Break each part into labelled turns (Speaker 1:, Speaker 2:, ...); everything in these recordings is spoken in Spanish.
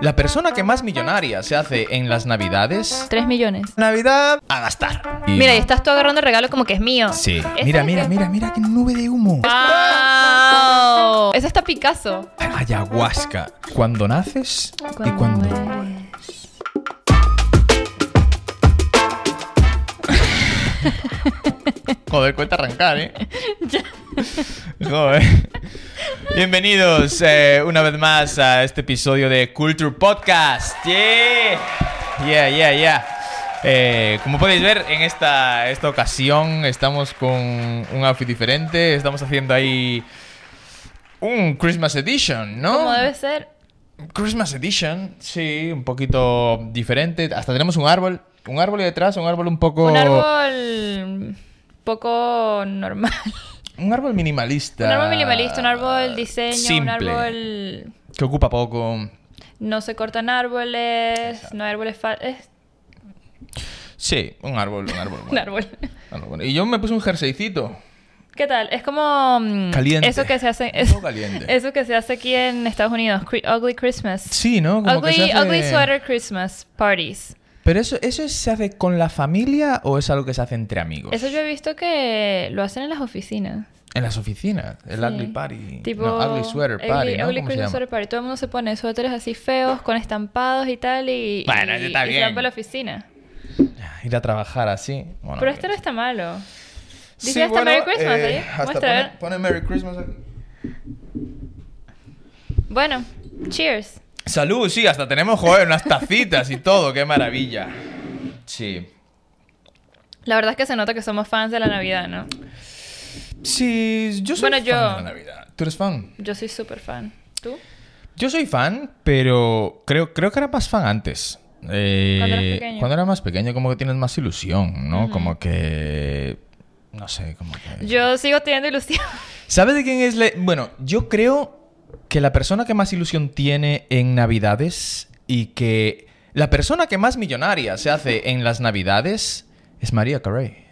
Speaker 1: La persona que más millonaria se hace en las navidades...
Speaker 2: 3 millones.
Speaker 1: Navidad a gastar. Y-
Speaker 2: Mira, y estás tú agarrando el regalo como que es mío.
Speaker 1: Sí.
Speaker 2: Ese
Speaker 1: Mira,
Speaker 2: es Ah.
Speaker 1: mira,
Speaker 2: el-
Speaker 1: mira, mira qué nube de humo.
Speaker 2: ¡Wow! Eso está Picasso.
Speaker 1: Ayahuasca. Cuando naces y cuando...
Speaker 2: mueres.
Speaker 1: Joder, cuesta arrancar, ¿eh? Joder. Bienvenidos eh, una vez más a este episodio de Culture Podcast. Yeah, yeah, yeah. yeah. Eh, como podéis ver, en esta, esta ocasión estamos con un outfit diferente. Estamos haciendo ahí un Christmas Edition, ¿no?
Speaker 2: Como debe ser.
Speaker 1: Christmas Edition, sí, un poquito diferente. Hasta tenemos un árbol. Un árbol ahí detrás, un árbol un poco...
Speaker 2: Un árbol poco normal.
Speaker 1: Un árbol minimalista.
Speaker 2: Un árbol minimalista, un árbol diseño,
Speaker 1: Simple,
Speaker 2: un árbol
Speaker 1: Que ocupa poco.
Speaker 2: no se cortan árboles, no hay árboles fa- es
Speaker 1: Sí, un árbol, un árbol.
Speaker 2: un
Speaker 1: bueno,
Speaker 2: árbol.
Speaker 1: árbol bueno. Y yo me puse un jerseycito.
Speaker 2: ¿Qué tal? Es como mm,
Speaker 1: Caliente.
Speaker 2: eso que se hace
Speaker 1: Un poco caliente.
Speaker 2: eso que se hace aquí en Estados Unidos, cri- ugly Christmas.
Speaker 1: Sí, ¿no? Como que
Speaker 2: ugly,
Speaker 1: se hace-
Speaker 2: ugly sweater Christmas parties.
Speaker 1: Pero eso, eso se hace con la familia o es algo que se hace entre amigos.
Speaker 2: Eso yo he visto que lo hacen en las oficinas.
Speaker 1: En las oficinas, el
Speaker 2: Sí.
Speaker 1: ugly party.
Speaker 2: Tipo,
Speaker 1: no, ugly sweater party,
Speaker 2: ugly-
Speaker 1: ¿no? ¿Cómo se
Speaker 2: ugly Christmas
Speaker 1: llama?
Speaker 2: sweater party. Todo el mundo se pone suéteres así feos, con estampados y tal, y,
Speaker 1: Bueno,
Speaker 2: y-
Speaker 1: eso está
Speaker 2: y se
Speaker 1: bien.
Speaker 2: van para la oficina.
Speaker 1: Ir a trabajar así. Bueno,
Speaker 2: Pero
Speaker 1: que-
Speaker 2: esto no está malo. Dice
Speaker 1: Sí,
Speaker 2: hasta
Speaker 1: bueno,
Speaker 2: Merry Christmas,
Speaker 1: eh,
Speaker 2: ¿eh?
Speaker 1: hasta
Speaker 2: Muestra, a
Speaker 1: pone-
Speaker 2: ver.
Speaker 1: pone Merry Christmas aquí.
Speaker 2: Bueno, cheers.
Speaker 1: Salud, sí, hasta tenemos, joder, unas tacitas y todo, qué maravilla. Sí.
Speaker 2: La verdad es que se nota que somos fans de la Navidad, ¿no?
Speaker 1: Sí, yo soy
Speaker 2: Bueno,
Speaker 1: fan
Speaker 2: yo-
Speaker 1: de la Navidad. ¿Tú eres fan?
Speaker 2: Yo soy súper fan. ¿Tú?
Speaker 1: Yo soy fan, pero creo, creo que era más fan antes. Eh,
Speaker 2: Cuando eras pequeño.
Speaker 1: cuando era más pequeño, como que tienes más ilusión, ¿no? Como que... No sé, como que...
Speaker 2: Yo sigo teniendo ilusión.
Speaker 1: ¿Sabes de quién es la... Bueno, yo creo que la persona que más ilusión tiene en Navidades y que la persona que más millonaria se hace en las Navidades es María Carey.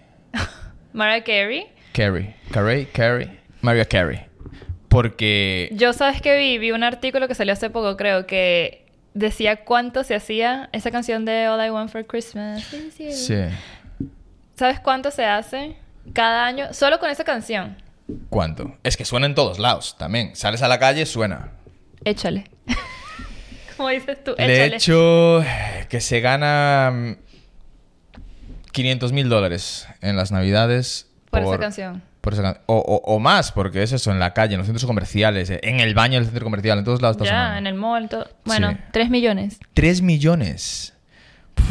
Speaker 2: Mariah Carey.
Speaker 1: Carey. Carey, Carey. María Carey. Porque...
Speaker 2: Yo sabes que vi, vi un artículo que salió hace poco, creo, que decía cuánto se hacía esa canción de All I Want for Christmas. is You.
Speaker 1: Sí.
Speaker 2: ¿Sabes cuánto se hace cada año? Solo con esa canción.
Speaker 1: ¿Cuánto? Es que suena en todos lados también. Sales a la calle, suena.
Speaker 2: Échale. Como dices tú,
Speaker 1: De
Speaker 2: échale.
Speaker 1: hecho, que se gana 500 mil dólares en las navidades.
Speaker 2: Por esa canción.
Speaker 1: por esa can- o, o- o más, porque es eso, en la calle, en los centros comerciales, eh, en el baño del centro comercial, en todos lados. está
Speaker 2: ya,
Speaker 1: sonando.
Speaker 2: en el mall, todo. Bueno,
Speaker 1: Sí.
Speaker 2: 3 millones.
Speaker 1: 3 millones. Puf,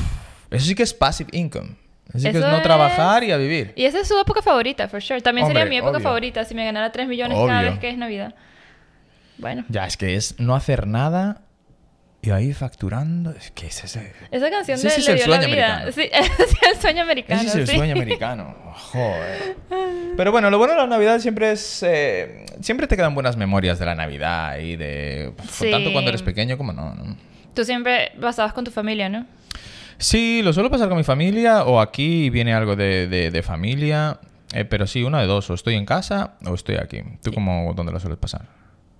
Speaker 1: eso sí que es passive income. Así que es
Speaker 2: Eso
Speaker 1: no
Speaker 2: es-
Speaker 1: trabajar y a vivir.
Speaker 2: Y esa es su época favorita, for sure. También sería
Speaker 1: Hombre,
Speaker 2: mi época
Speaker 1: obvio.
Speaker 2: favorita si me ganara 3 millones cada
Speaker 1: Obvio.
Speaker 2: vez que es Navidad. Bueno.
Speaker 1: Ya, es que es no hacer nada y ahí facturando. Es que es ese.
Speaker 2: Esa canción
Speaker 1: Ese
Speaker 2: le,
Speaker 1: es
Speaker 2: le
Speaker 1: el
Speaker 2: dio
Speaker 1: sueño
Speaker 2: la vida.
Speaker 1: americano.
Speaker 2: Sí, ese es el sueño americano.
Speaker 1: Ese es el
Speaker 2: sí.
Speaker 1: sueño americano. Joder. Pero bueno, lo bueno de la Navidad siempre es. eh, siempre te quedan buenas memorias de la Navidad y de. por
Speaker 2: Sí.
Speaker 1: Tanto cuando eres pequeño como no, no.
Speaker 2: Tú siempre pasabas con tu familia, ¿no?
Speaker 1: Sí, lo suelo pasar con mi familia o aquí viene algo de, de- de familia. eh, pero sí, una de dos. O estoy en casa o estoy aquí. ¿Tú cómo, dónde lo sueles pasar?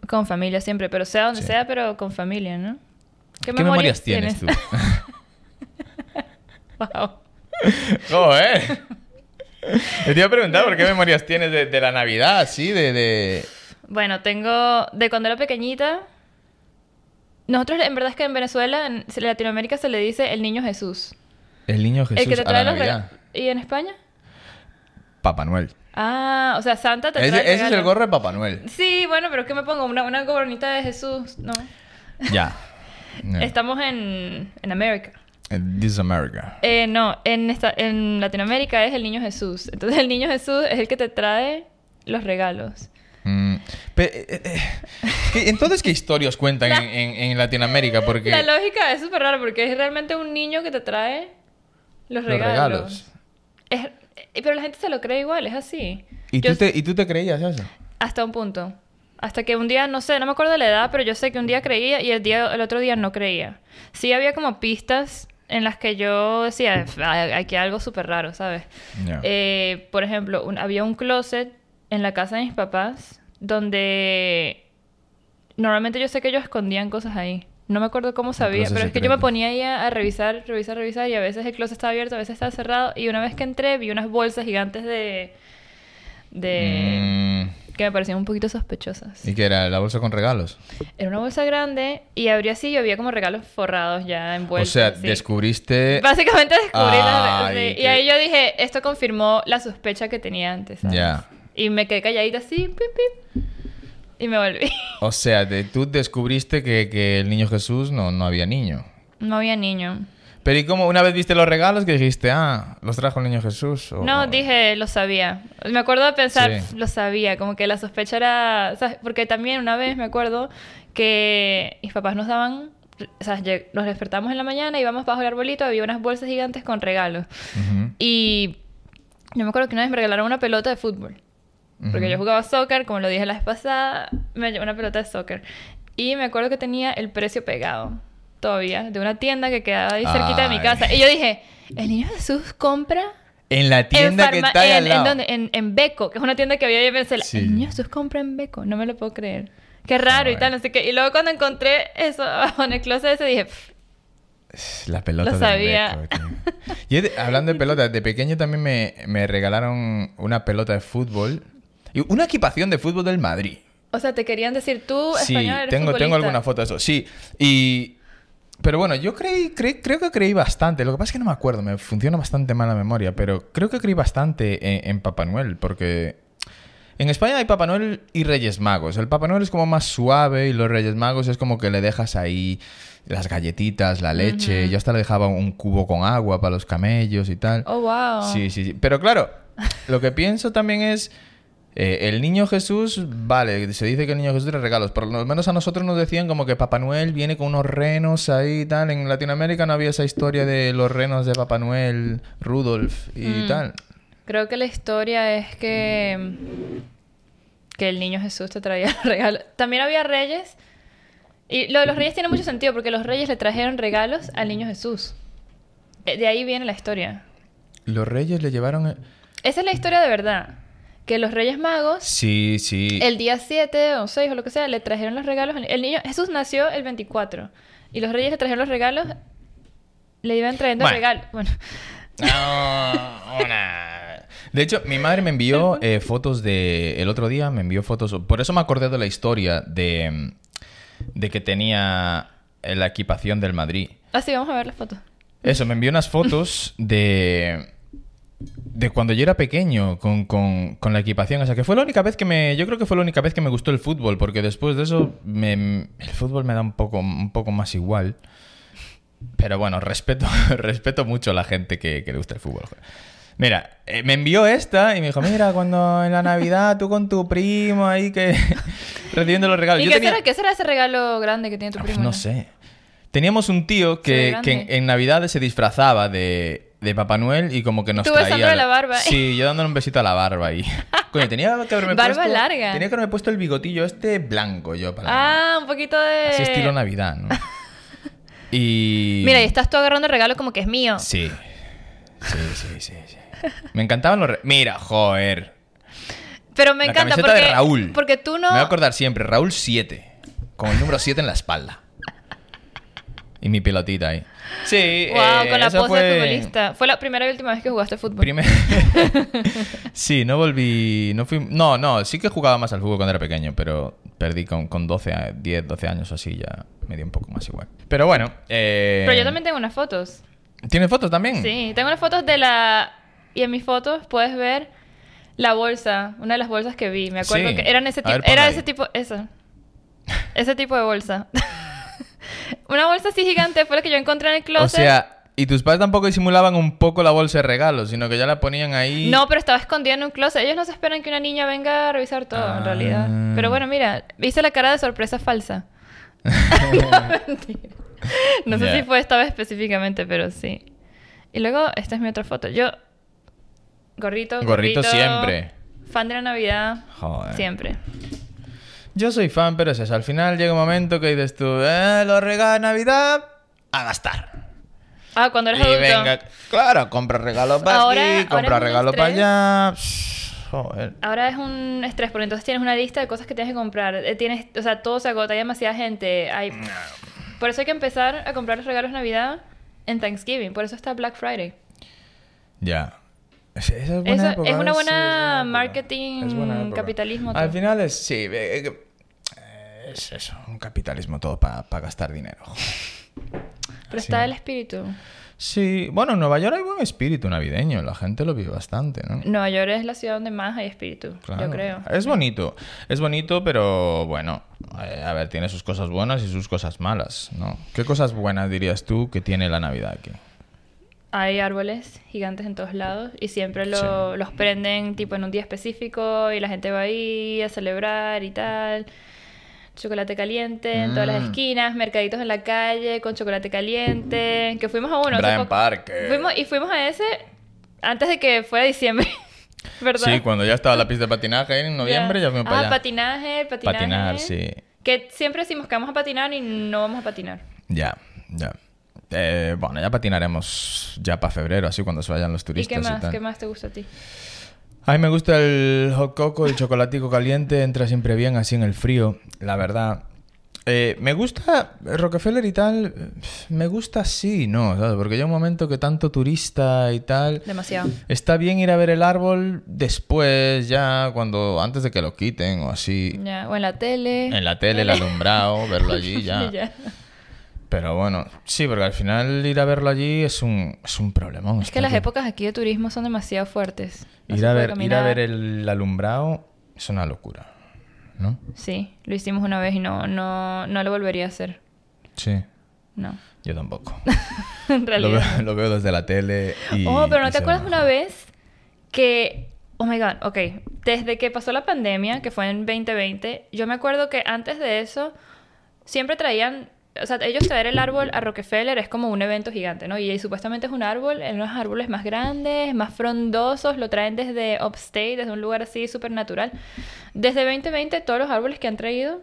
Speaker 2: Con familia siempre, pero sea donde
Speaker 1: Sí.
Speaker 2: sea, pero con familia, ¿no?
Speaker 1: ¿Qué memorias tienes
Speaker 2: wow.
Speaker 1: Joder. Te iba a preguntar por qué memorias tienes de, de la Navidad, sí, de. de...
Speaker 2: Bueno, tengo de cuando era pequeñita. Nosotros, en verdad es que en Venezuela, en Latinoamérica se le dice el niño Jesús.
Speaker 1: El niño Jesús
Speaker 2: el que te
Speaker 1: a la
Speaker 2: trae los
Speaker 1: Navidad.
Speaker 2: regalos. ¿Y en España?
Speaker 1: Papá Noel.
Speaker 2: Ah, o sea, Santa te trae
Speaker 1: Ese,
Speaker 2: el
Speaker 1: ese es el
Speaker 2: regalo.
Speaker 1: gorro de Papá Noel.
Speaker 2: Sí, bueno, pero es que me pongo una, una gorronita de Jesús, ¿no?
Speaker 1: Ya. Ya.
Speaker 2: Estamos en, en América.
Speaker 1: En Eh, This is America.
Speaker 2: Eh, no, en, esta- en Latinoamérica es el niño Jesús. Entonces el niño Jesús es el que te trae los regalos.
Speaker 1: Mm, pe- eh, eh, ¿qué- Entonces, ¿qué historias cuentan en, en- en Latinoamérica? Porque
Speaker 2: La lógica es súper rara porque es realmente un niño que te trae los
Speaker 1: los
Speaker 2: regalos.
Speaker 1: regalos.
Speaker 2: Es- eh, pero la gente se lo cree igual, es así.
Speaker 1: ¿Y
Speaker 2: Yo-
Speaker 1: tú, te, ¿Y tú te creías eso?
Speaker 2: Hasta un punto. Hasta que un día, no sé, no me acuerdo la edad, pero yo sé que un día creía y el, día, el otro día no creía. Sí había como pistas en las que yo decía, "F- hay- aquí hay algo súper raro, ¿sabes?
Speaker 1: Ya.
Speaker 2: Eh, por ejemplo, un- había un closet en la casa de mis papás donde normalmente yo sé que ellos escondían cosas ahí. No me acuerdo cómo sabía,
Speaker 1: closet
Speaker 2: pero es que yo
Speaker 1: secreto.
Speaker 2: me ponía ahí a, a revisar, revisar, revisar y a veces el closet estaba abierto, a veces estaba cerrado y una vez que entré vi unas bolsas gigantes de... de...
Speaker 1: Mm,
Speaker 2: que me parecían un poquito sospechosas.
Speaker 1: ¿Y qué era? ¿La bolsa con regalos?
Speaker 2: Era una bolsa grande y abría así y había como regalos forrados ya envueltos.
Speaker 1: o sea,
Speaker 2: así.
Speaker 1: descubriste...
Speaker 2: Básicamente descubrí la-
Speaker 1: Ay,
Speaker 2: sí,
Speaker 1: qué-
Speaker 2: Y ahí yo dije, esto confirmó la sospecha que tenía antes. ¿sabes?
Speaker 1: Ya.
Speaker 2: Y me quedé calladita así, pip, pip, y me volví.
Speaker 1: O sea, de- tú descubriste que, que el niño Jesús no, no había niño.
Speaker 2: No había niño.
Speaker 1: Pero ¿y cómo? Una vez viste los regalos que dijiste, ah, los trajo el niño Jesús. o-
Speaker 2: No, dije, lo sabía. Me acuerdo de pensar,
Speaker 1: Oh. Sí.
Speaker 2: lo sabía, como que la sospecha era, ¿sabes? porque también una vez me acuerdo que mis papás nos daban, o sea, lleg- nos despertamos en la mañana, íbamos bajo el arbolito, había unas bolsas gigantes con regalos.
Speaker 1: Ujú,
Speaker 2: Y yo me acuerdo que una vez me regalaron una pelota de fútbol. Porque
Speaker 1: ujú.
Speaker 2: yo jugaba soccer, como lo dije la vez pasada, me llevó una pelota de soccer. Y me acuerdo que tenía el precio pegado todavía de una tienda que quedaba ahí cerquita de mi
Speaker 1: Ay.
Speaker 2: casa. Y yo dije, ¿el niño Jesús compra?
Speaker 1: En la
Speaker 2: En,
Speaker 1: tienda que
Speaker 2: farma-
Speaker 1: está ahí
Speaker 2: en,
Speaker 1: al
Speaker 2: en
Speaker 1: lado.
Speaker 2: dónde? En- en Beco, que es una tienda que había en Venezuela.
Speaker 1: Sí.
Speaker 2: El niño Jesús compra en Beco, no me lo puedo creer. Qué raro y
Speaker 1: Ay.
Speaker 2: tal, no sé qué. Y luego cuando encontré eso abajo en el closet ese, dije, "Pff,
Speaker 1: La pelota
Speaker 2: Lo
Speaker 1: del
Speaker 2: sabía.
Speaker 1: Beto, tío. Yo de- hablando de pelotas, de pequeño también me, me regalaron una pelota de fútbol. Y una equipación de fútbol del Madrid.
Speaker 2: o sea, te querían decir tú,
Speaker 1: Sí,
Speaker 2: español, eres
Speaker 1: tengo, tengo
Speaker 2: futbolista".
Speaker 1: alguna foto de eso. Sí, y... Pero bueno, yo creí, creí- creo que creí bastante. Lo que pasa es que no me acuerdo, me funciona bastante mal la memoria, pero creo que creí bastante en, en Papá Noel, porque en España hay Papá Noel y Reyes Magos. El Papá Noel es como más suave y los Reyes Magos es como que le dejas ahí las galletitas, la leche. Yo hasta le dejaba un cubo con agua para los camellos y tal.
Speaker 2: Oh, wow.
Speaker 1: Sí, sí, sí. Pero claro, lo que pienso también es. eh, el niño Jesús, vale, se dice que el niño Jesús trae regalos. Por lo menos a nosotros nos decían como que Papá Noel viene con unos renos ahí y tal. En Latinoamérica no había esa historia de los renos de Papá Noel, Rudolf y
Speaker 2: Mm.
Speaker 1: tal.
Speaker 2: Creo que la historia es que que el niño Jesús te traía regalos. También había reyes. Y lo de los reyes tiene mucho sentido porque los reyes le trajeron regalos al niño Jesús. De de ahí viene la historia.
Speaker 1: Los reyes le llevaron. el-
Speaker 2: Esa es la historia de verdad. Que los reyes magos,
Speaker 1: Sí, sí.
Speaker 2: el día 7 o 6 o lo que sea, le trajeron los regalos. al- El niño Jesús nació el 24. Y los reyes le trajeron los regalos. Le iban trayendo
Speaker 1: Bueno.
Speaker 2: regalos. Bueno.
Speaker 1: No, una. De hecho, mi madre me envió eh, fotos de. El otro día me envió fotos. Por eso me acordé de la historia de. de que tenía eh, la equipación del Madrid.
Speaker 2: Ah, sí, vamos a ver las fotos.
Speaker 1: Eso, me envió unas fotos de. De cuando yo era pequeño con, con- con la equipación. O sea, que fue la única vez que me. Yo creo que fue la única vez que me gustó el fútbol, porque después de eso me- el fútbol me da un poco, un poco más igual. Pero bueno, respeto, respeto mucho a la gente que, que le gusta el fútbol. joder. Mira, eh, me envió esta y me dijo, mira, cuando en la Navidad tú con tu primo ahí que recibiendo los regalos.
Speaker 2: ¿Y
Speaker 1: Yo
Speaker 2: qué,
Speaker 1: tenía-
Speaker 2: será, qué será ese regalo grande que tiene tu
Speaker 1: pues
Speaker 2: primo?
Speaker 1: no sé. Teníamos un tío
Speaker 2: Se ve
Speaker 1: que,
Speaker 2: grande.
Speaker 1: que en, en Navidades se disfrazaba de, de Papá Noel y como que nos
Speaker 2: Tú
Speaker 1: traía...
Speaker 2: besándole la barba, ¿eh?
Speaker 1: Sí, yo dándole un besito a la barba y... Coño, tenía que haberme
Speaker 2: Barba
Speaker 1: puesto...
Speaker 2: larga.
Speaker 1: Tenía que haberme puesto el bigotillo este blanco yo para...
Speaker 2: Ah, un poquito de.
Speaker 1: Así estilo Navidad, ¿no? Y...
Speaker 2: Mira, y estás tú agarrando el regalo como que es mío.
Speaker 1: Sí. Sí, sí, sí, sí. Me encantaban los... re- Mira, joder.
Speaker 2: Pero me
Speaker 1: la
Speaker 2: encanta
Speaker 1: camiseta
Speaker 2: porque.
Speaker 1: de Raúl.
Speaker 2: Porque tú no.
Speaker 1: Me voy a acordar siempre. Raúl 7. Con el número 7 en la espalda. Y mi pelotita ahí. Sí.
Speaker 2: Wow,
Speaker 1: eh,
Speaker 2: con la
Speaker 1: esa
Speaker 2: pose
Speaker 1: fue
Speaker 2: de futbolista. Fue la primera y última vez que jugaste fútbol.
Speaker 1: primer- sí, no volví. No, fui... no, no, sí que jugaba más al fútbol cuando era pequeño, pero perdí con, con 12, a- 10, 12 años o así, ya me dio un poco más igual. Pero bueno. eh,
Speaker 2: Pero yo también tengo unas fotos.
Speaker 1: ¿Tienes fotos también?
Speaker 2: Sí, tengo unas fotos de la. Y en mis fotos puedes ver la bolsa. Una de las bolsas que vi. Me acuerdo
Speaker 1: Sí.
Speaker 2: que eran ese
Speaker 1: A
Speaker 2: tipo.
Speaker 1: ver, ponla
Speaker 2: Era
Speaker 1: ahí.
Speaker 2: ese tipo. Esa. Ese tipo de bolsa. Una bolsa así gigante fue la que yo encontré en el
Speaker 1: O
Speaker 2: closet.
Speaker 1: sea, y tus padres tampoco disimulaban un poco la bolsa de regalos, sino que ya la ponían ahí.
Speaker 2: No, pero estaba escondida en un closet. Ellos no se esperan que una niña venga a revisar todo,
Speaker 1: Ah.
Speaker 2: en realidad. Pero bueno, mira, hice la cara de sorpresa falsa. Mentira. No sé
Speaker 1: Ya.
Speaker 2: si fue esta vez específicamente, pero sí. Y luego, esta es mi otra foto. Yo, gorrito,
Speaker 1: Gorrito siempre.
Speaker 2: Fan de la Navidad.
Speaker 1: Joder.
Speaker 2: Siempre.
Speaker 1: Yo soy fan, pero es eso. Al final llega un momento que dices tú, eh, los regalos de Navidad a gastar.
Speaker 2: Ah, cuando
Speaker 1: y
Speaker 2: eres adulto.
Speaker 1: venga, claro, compra regalos para
Speaker 2: Ahora- ahora
Speaker 1: aquí, compra
Speaker 2: es un
Speaker 1: regalos para
Speaker 2: estrés.
Speaker 1: allá. Psh, Joder.
Speaker 2: Ahora es un estrés, porque entonces tienes una lista de cosas que tienes que comprar. Eh, Tienes, o sea, todo se agota, hay demasiada gente. Hay... Por eso hay que empezar a comprar los regalos de Navidad en Thanksgiving. Por eso está Black Friday.
Speaker 1: Ya. Es- Esa es,
Speaker 2: Eso-
Speaker 1: buena época,
Speaker 2: es una
Speaker 1: sí,
Speaker 2: buena
Speaker 1: época.
Speaker 2: marketing,
Speaker 1: Es buena época.
Speaker 2: capitalismo,
Speaker 1: Al
Speaker 2: todo.
Speaker 1: final es, sí, eh, eh, es eso, un capitalismo todo para gastar dinero.
Speaker 2: Pero
Speaker 1: Sí.
Speaker 2: está el espíritu.
Speaker 1: Sí, bueno, en Nueva York hay buen espíritu navideño, la gente lo vive bastante, ¿no?
Speaker 2: Nueva York es la ciudad donde más hay espíritu,
Speaker 1: Claro.
Speaker 2: yo creo.
Speaker 1: Es bonito, es bonito, pero bueno, eh, a ver, tiene sus cosas buenas y sus cosas malas, ¿no? ¿Qué cosas buenas dirías tú que tiene la Navidad aquí?
Speaker 2: Hay árboles gigantes en todos lados y siempre lo-
Speaker 1: Sí.
Speaker 2: los prenden tipo en un día específico y la gente va ahí a celebrar y tal. Chocolate caliente en todas las
Speaker 1: Mm.
Speaker 2: esquinas, mercaditos en la calle con chocolate caliente. Que fuimos a uno. hace
Speaker 1: Bryant
Speaker 2: poco.
Speaker 1: Park. eh.
Speaker 2: Fuimos, y fuimos a ese antes de que fuera diciembre. ¿Verdad?
Speaker 1: Sí, cuando ya estaba la pista de patinaje en noviembre, ya, fuimos
Speaker 2: ah,
Speaker 1: para allá.
Speaker 2: patinaje, patinaje.
Speaker 1: Patinar, sí.
Speaker 2: Que siempre decimos que vamos a patinar y no vamos a patinar.
Speaker 1: Ya, ya. Eh, bueno, ya patinaremos ya para febrero, así cuando se vayan los
Speaker 2: ¿Y
Speaker 1: turistas.
Speaker 2: qué más?
Speaker 1: tal.
Speaker 2: ¿Qué más te gusta a ti?
Speaker 1: A mí me gusta el hot coco, el chocolatico caliente, entra siempre bien así en el frío, la verdad. Eh, me gusta Rockefeller y tal, eh, me gusta sí, no, ¿sabes? Porque hay un momento que tanto turista y tal...
Speaker 2: Demasiado.
Speaker 1: Está bien ir a ver el árbol después, ya, cuando antes de que lo quiten o así.
Speaker 2: Ya, O en la tele.
Speaker 1: En la tele, el alumbrado, verlo allí, ya. Pero bueno, sí, porque al final ir a verlo allí es un, es un problemón.
Speaker 2: Es que
Speaker 1: está
Speaker 2: las
Speaker 1: bien.
Speaker 2: épocas aquí de turismo son demasiado fuertes. No
Speaker 1: Ir
Speaker 2: se
Speaker 1: a,
Speaker 2: puede
Speaker 1: ver, ir a
Speaker 2: caminar.
Speaker 1: ver el alumbrado es una locura, ¿no?
Speaker 2: Sí, lo hicimos una vez y no, no, no lo volvería a hacer.
Speaker 1: Sí,
Speaker 2: No.
Speaker 1: yo tampoco.
Speaker 2: en
Speaker 1: lo,
Speaker 2: realidad.
Speaker 1: veo, lo veo desde la tele y...
Speaker 2: oh, pero
Speaker 1: y
Speaker 2: ¿no
Speaker 1: se
Speaker 2: te acuerdas
Speaker 1: baja.
Speaker 2: una vez que... Oh my God, ok. Desde que pasó la pandemia, que fue en 2020, yo me acuerdo que antes de eso siempre traían... O sea, ellos traer el árbol a Rockefeller es como un evento gigante, ¿no? Y, supuestamente es un árbol, en unos árboles más grandes, más frondosos, lo traen desde upstate, desde un lugar así súper natural. Desde 2020 todos los árboles que han traído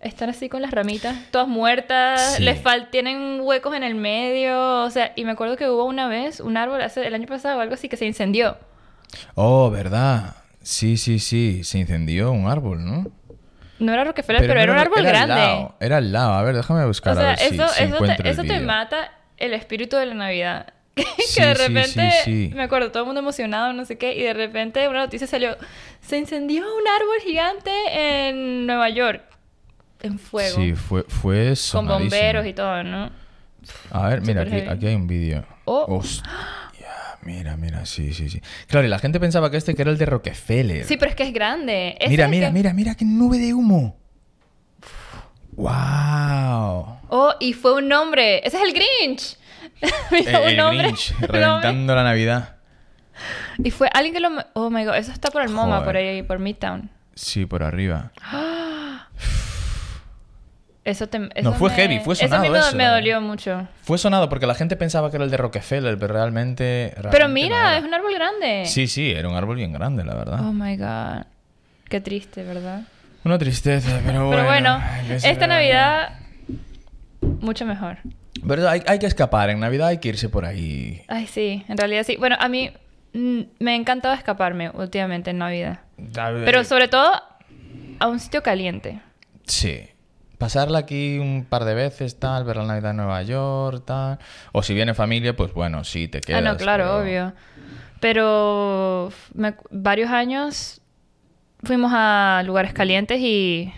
Speaker 2: están así con las ramitas, todas muertas,
Speaker 1: Sí.
Speaker 2: les fal- tienen huecos en el medio, o sea, y me acuerdo que hubo una vez un árbol hace el año pasado o algo así que se incendió.
Speaker 1: Oh, ¿verdad? Sí, sí, sí, se incendió un árbol, ¿no?
Speaker 2: No era Rockefeller, pero, era
Speaker 1: no
Speaker 2: un árbol
Speaker 1: era
Speaker 2: grande.
Speaker 1: Al lado, era al lado, a ver, déjame
Speaker 2: o
Speaker 1: buscar a
Speaker 2: sea,
Speaker 1: ver si-
Speaker 2: eso,
Speaker 1: si,
Speaker 2: eso,
Speaker 1: encuentro
Speaker 2: te,
Speaker 1: el
Speaker 2: eso te
Speaker 1: vídeo.
Speaker 2: mata el espíritu de la Navidad. que
Speaker 1: Sí, sí,
Speaker 2: de
Speaker 1: sí,
Speaker 2: repente,
Speaker 1: sí.
Speaker 2: me acuerdo, todo el mundo emocionado, no sé qué, y de repente una noticia salió, se incendió un árbol gigante en Nueva York, en fuego,
Speaker 1: Sí, fue, fue
Speaker 2: con
Speaker 1: sonorísimo.
Speaker 2: bomberos y todo, ¿no?
Speaker 1: A ver, mira,
Speaker 2: Súper
Speaker 1: aquí,
Speaker 2: heavy.
Speaker 1: aquí hay un vídeo.
Speaker 2: Oh.
Speaker 1: Hostia, mira, mira, sí, sí, sí. Claro, y la gente pensaba que este que era el de Rockefeller.
Speaker 2: Sí, pero es que es grande. Ese
Speaker 1: mira,
Speaker 2: es el
Speaker 1: mira,
Speaker 2: que-
Speaker 1: mira, mira, qué nube de humo. ¡Wow!
Speaker 2: Oh, y fue un hombre. Ese es el Grinch. Mira, un
Speaker 1: Eh, el
Speaker 2: hombre.
Speaker 1: Grinch,
Speaker 2: un hombre.
Speaker 1: reventando la Navidad.
Speaker 2: Y fue alguien que lo. ma- Oh my god, eso está por el MoMA, por
Speaker 1: Joder.
Speaker 2: ahí, por Midtown.
Speaker 1: Sí, por arriba.
Speaker 2: Eso te. eso
Speaker 1: No, fue
Speaker 2: me-
Speaker 1: heavy, fue sonado
Speaker 2: Eso a mí me-
Speaker 1: eso,
Speaker 2: me
Speaker 1: eh.
Speaker 2: dolió mucho.
Speaker 1: Fue sonado porque la gente pensaba que era el de Rockefeller, pero realmente.
Speaker 2: Pero
Speaker 1: realmente no
Speaker 2: mira,
Speaker 1: era.
Speaker 2: es un árbol grande.
Speaker 1: Sí, sí, era un árbol bien grande, la verdad.
Speaker 2: Oh my god. Qué triste, ¿verdad?
Speaker 1: Una tristeza, pero Ah, bueno.
Speaker 2: Pero bueno,
Speaker 1: hay que
Speaker 2: esta
Speaker 1: celebrar.
Speaker 2: Navidad. Mucho mejor.
Speaker 1: Pero hay, hay que escapar, en Navidad hay que irse por ahí.
Speaker 2: Ay, sí, en realidad sí. Bueno, a mí mm, me ha encantado escaparme últimamente en Navidad. Pero sobre todo a un sitio caliente.
Speaker 1: Sí. Pasarla aquí un par de veces, tal, ver la Navidad en Nueva York, tal. O si viene familia, pues bueno, sí, te quedas.
Speaker 2: ah, no, claro,
Speaker 1: pero-
Speaker 2: obvio. Pero f- me acu- varios años fuimos a lugares calientes y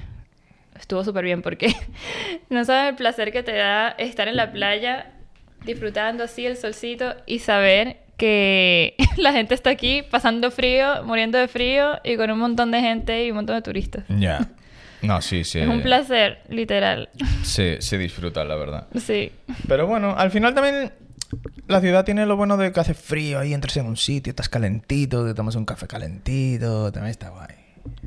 Speaker 2: estuvo súper bien porque no sabes el placer que te da estar en la playa disfrutando así el solcito y saber que la gente está aquí pasando frío, muriendo de frío y con un montón de gente y un montón de turistas.
Speaker 1: Ya. No, sí, sí.
Speaker 2: Es un placer, literal.
Speaker 1: Se, se disfruta, la verdad.
Speaker 2: Sí.
Speaker 1: Pero bueno, al final también la ciudad tiene lo bueno de que hace frío, ahí entras en un sitio, estás calentito, te tomas un café calentito, también está guay,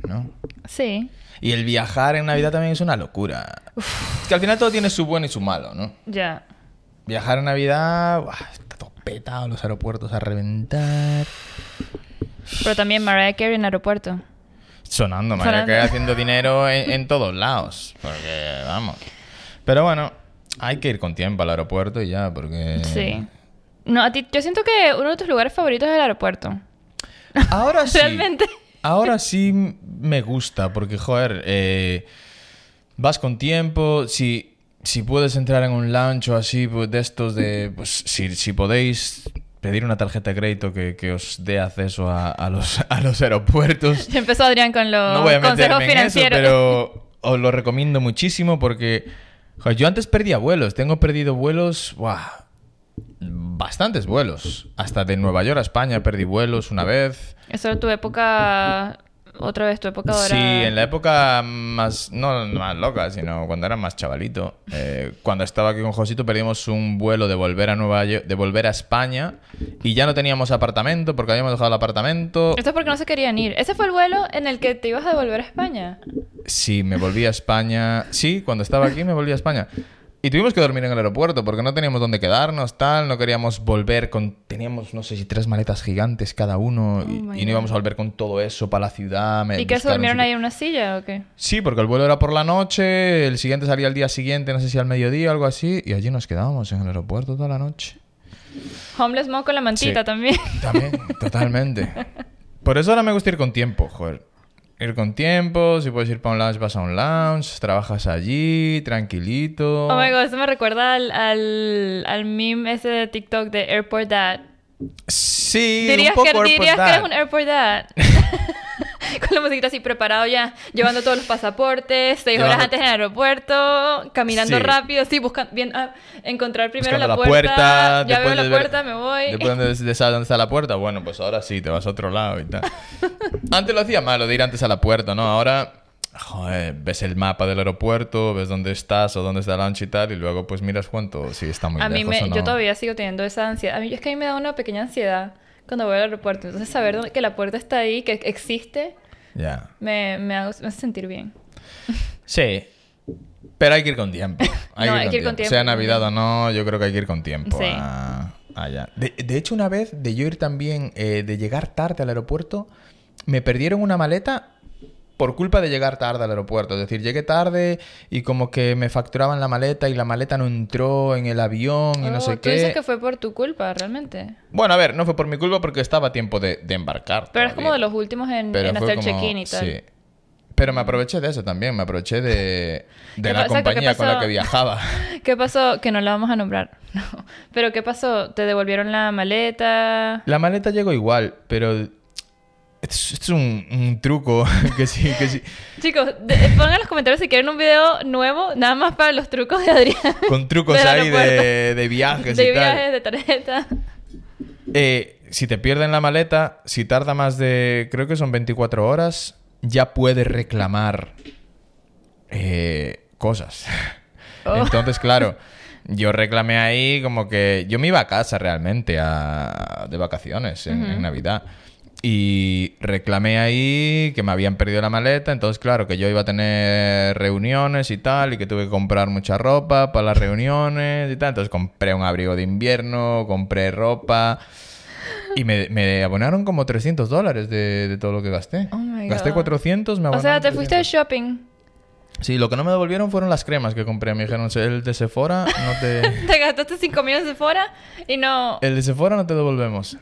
Speaker 1: ¿no?
Speaker 2: Sí.
Speaker 1: Y el viajar en Navidad también es una locura. Es que al final todo tiene su bueno y su malo, ¿no?
Speaker 2: Ya.
Speaker 1: Viajar en Navidad, ¡buah! está todo petado, los aeropuertos a reventar.
Speaker 2: Pero también Mariah Carey en aeropuerto.
Speaker 1: Sonando, madre,
Speaker 2: Sonando.
Speaker 1: que haciendo dinero en, en todos lados. Porque, vamos. Pero bueno, hay que ir con tiempo al aeropuerto y ya, porque.
Speaker 2: Sí. Eh, No, a ti, yo siento que uno de tus lugares favoritos es el aeropuerto.
Speaker 1: Ahora sí.
Speaker 2: Realmente.
Speaker 1: Ahora sí me gusta, porque, joder, eh, vas con tiempo. Si si puedes entrar en un lounge o así pues, de estos de... Pues, si, si podéis pedir una tarjeta de crédito que, que os dé acceso a, a los, a los aeropuertos.
Speaker 2: Ya empezó Adrián con los
Speaker 1: No voy a
Speaker 2: consejos
Speaker 1: meterme en eso,
Speaker 2: financieros.
Speaker 1: pero os lo recomiendo muchísimo porque jo, yo antes perdía vuelos. Tengo perdido vuelos, ¡buah! bastantes vuelos. Hasta de Nueva York a España perdí vuelos una vez.
Speaker 2: Eso era tu época... Otra vez tu época ahora...
Speaker 1: Sí, en la época más, no más loca, sino cuando era más chavalito. Eh, cuando estaba aquí con Josito perdimos un vuelo de volver a Nueva York, de volver a España y ya no teníamos apartamento porque habíamos dejado el apartamento.
Speaker 2: Esto es porque no se querían ir. Ese fue el vuelo en el que te ibas a devolver a España.
Speaker 1: Sí, me volví a España. Sí, cuando estaba aquí me volví a España. Y tuvimos que dormir en el aeropuerto porque no teníamos dónde quedarnos, tal, no queríamos volver con... Teníamos, no sé si tres maletas gigantes cada uno y,
Speaker 2: Oh my
Speaker 1: y no
Speaker 2: God.
Speaker 1: íbamos a volver con todo eso para la ciudad. me
Speaker 2: ¿Y qué se
Speaker 1: buscaron
Speaker 2: durmieron
Speaker 1: sitio-
Speaker 2: ahí en una silla o qué?
Speaker 1: Sí, porque el vuelo era por la noche, el siguiente salía al día siguiente, no sé si al mediodía, algo así, y allí nos quedábamos en el aeropuerto toda la noche.
Speaker 2: Homeless mom con la mantita
Speaker 1: Sí.
Speaker 2: también.
Speaker 1: También, totalmente. Por eso ahora me gusta ir con tiempo, joder. Ir con tiempo, si puedes ir para un lounge, vas a un lounge, trabajas allí, tranquilito.
Speaker 2: Oh my god, eso me recuerda al, al, al meme ese de TikTok de Airport Dad.
Speaker 1: Sí,
Speaker 2: Dirías,
Speaker 1: un poco
Speaker 2: que,
Speaker 1: Airport
Speaker 2: dirías que
Speaker 1: Dad.
Speaker 2: eres un Airport Dad. Con la musiquita así preparado ya, llevando todos los pasaportes, seis
Speaker 1: Llevando-
Speaker 2: horas antes en el aeropuerto, caminando
Speaker 1: Sí.
Speaker 2: rápido, sí, buscando, bien, ah, encontrar primero
Speaker 1: Buscando
Speaker 2: la puerta, ya veo
Speaker 1: después
Speaker 2: la
Speaker 1: de ver-
Speaker 2: puerta, me voy.
Speaker 1: Después de, de saber dónde está la puerta, bueno, pues ahora sí, te vas a otro lado y tal. Antes lo hacía malo de ir antes a la puerta, ¿no? Ahora, joder, ves el mapa del aeropuerto, ves dónde estás o dónde está el lunch y tal, y luego pues miras cuánto, si está muy
Speaker 2: A mí
Speaker 1: lejos
Speaker 2: me,
Speaker 1: o no.
Speaker 2: yo todavía sigo teniendo esa ansiedad. A mí es que a mí me da una pequeña ansiedad cuando voy al aeropuerto. Entonces saber dónde- que la puerta está ahí, que existe,
Speaker 1: Ya.
Speaker 2: me, me, hago- me hace sentir bien.
Speaker 1: Sí. Pero hay que ir con tiempo. Hay,
Speaker 2: No,
Speaker 1: que, ir con tiempo. Sea Navidad o no, yo creo que hay que ir con tiempo.
Speaker 2: Sí.
Speaker 1: a- allá. De, de hecho, una vez de yo ir también, eh, de llegar tarde al aeropuerto, me perdieron una maleta por culpa de llegar tarde al aeropuerto. Es decir, llegué tarde y como que me facturaban la maleta y la maleta no entró en el avión y
Speaker 2: Oh,
Speaker 1: no sé
Speaker 2: Tú dices
Speaker 1: qué.
Speaker 2: que fue por tu culpa, realmente.
Speaker 1: Bueno, a ver, no fue por mi culpa porque estaba a tiempo de, de embarcar.
Speaker 2: Pero es como
Speaker 1: todavía.
Speaker 2: de los últimos en,
Speaker 1: Pero
Speaker 2: en
Speaker 1: fue
Speaker 2: hacer
Speaker 1: como-
Speaker 2: check-in y tal.
Speaker 1: sí. Pero me aproveché de eso también, me aproveché de, de
Speaker 2: ¿Qué
Speaker 1: la
Speaker 2: pasó? ¿Qué
Speaker 1: compañía con la
Speaker 2: pasó?
Speaker 1: que viajaba.
Speaker 2: ¿Qué pasó? Que no la vamos a nombrar. No. Pero ¿qué pasó? ¿Te devolvieron la maleta?
Speaker 1: La maleta llegó igual, pero esto es, esto es un, un truco que sí, que sí.
Speaker 2: Chicos, de- pongan en los comentarios si quieren un video nuevo, nada más para los trucos de Adrián.
Speaker 1: Con trucos
Speaker 2: Del
Speaker 1: ahí de,
Speaker 2: aeropuerto.
Speaker 1: de viajes
Speaker 2: de
Speaker 1: y Ah, tal.
Speaker 2: viajes, de tarjeta.
Speaker 1: Eh, si te pierden la maleta, si tarda más de, creo que son 24 horas, ya puedes reclamar eh, cosas.
Speaker 2: Oh.
Speaker 1: Entonces, claro, yo reclamé ahí como que yo me iba a casa realmente a- de vacaciones en, en Navidad. Y reclamé ahí que me habían perdido la maleta, entonces claro, que yo iba a tener reuniones y tal, y que tuve que comprar mucha ropa para las reuniones y tal, entonces compré un abrigo de invierno, compré ropa, y me, me abonaron como 300 dólares de, de todo lo que gasté.
Speaker 2: Oh my
Speaker 1: gasté
Speaker 2: God.
Speaker 1: 400, me
Speaker 2: O
Speaker 1: abonaron
Speaker 2: sea, te fuiste de
Speaker 1: 300.
Speaker 2: shopping.
Speaker 1: Sí, lo que no me devolvieron fueron las cremas que compré. Me dijeron, el de Sephora no te...
Speaker 2: Te gastaste 5 millones de fuera y no...
Speaker 1: El de Sephora no te devolvemos.